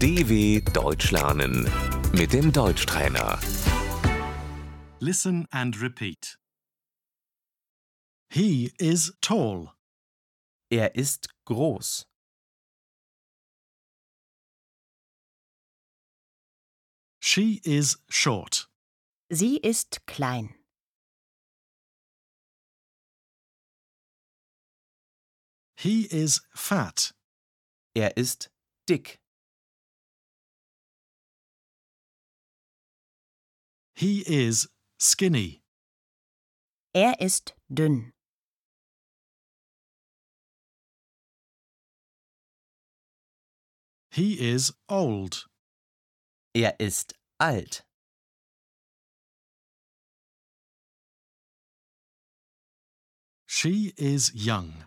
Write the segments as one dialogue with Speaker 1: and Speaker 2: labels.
Speaker 1: DW Deutsch lernen mit dem Deutschtrainer.
Speaker 2: Listen and repeat. He is tall.
Speaker 3: Er ist groß.
Speaker 2: She is short.
Speaker 4: Sie ist klein.
Speaker 2: He is fat.
Speaker 3: Er ist dick.
Speaker 2: He is skinny.
Speaker 4: Er ist dünn.
Speaker 2: He is old.
Speaker 3: Er ist alt.
Speaker 2: She is young.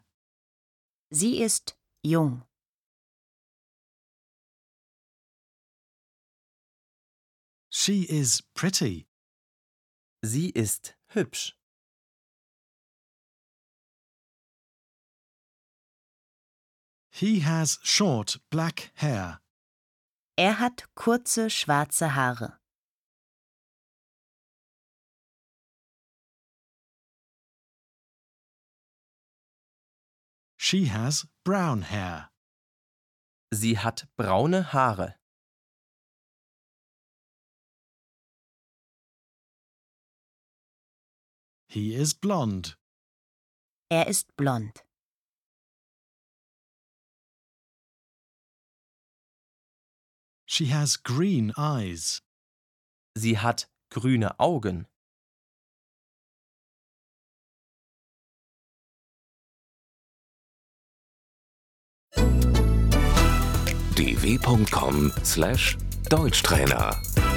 Speaker 4: Sie ist jung.
Speaker 2: She is pretty.
Speaker 3: Sie ist hübsch.
Speaker 2: He has short black hair.
Speaker 4: Er hat kurze schwarze Haare.
Speaker 2: She has brown hair.
Speaker 3: Sie hat braune Haare.
Speaker 2: He is blonde.
Speaker 4: Er ist blond.
Speaker 2: She has green eyes.
Speaker 3: Sie hat grüne Augen.
Speaker 1: dw.com/deutschtrainer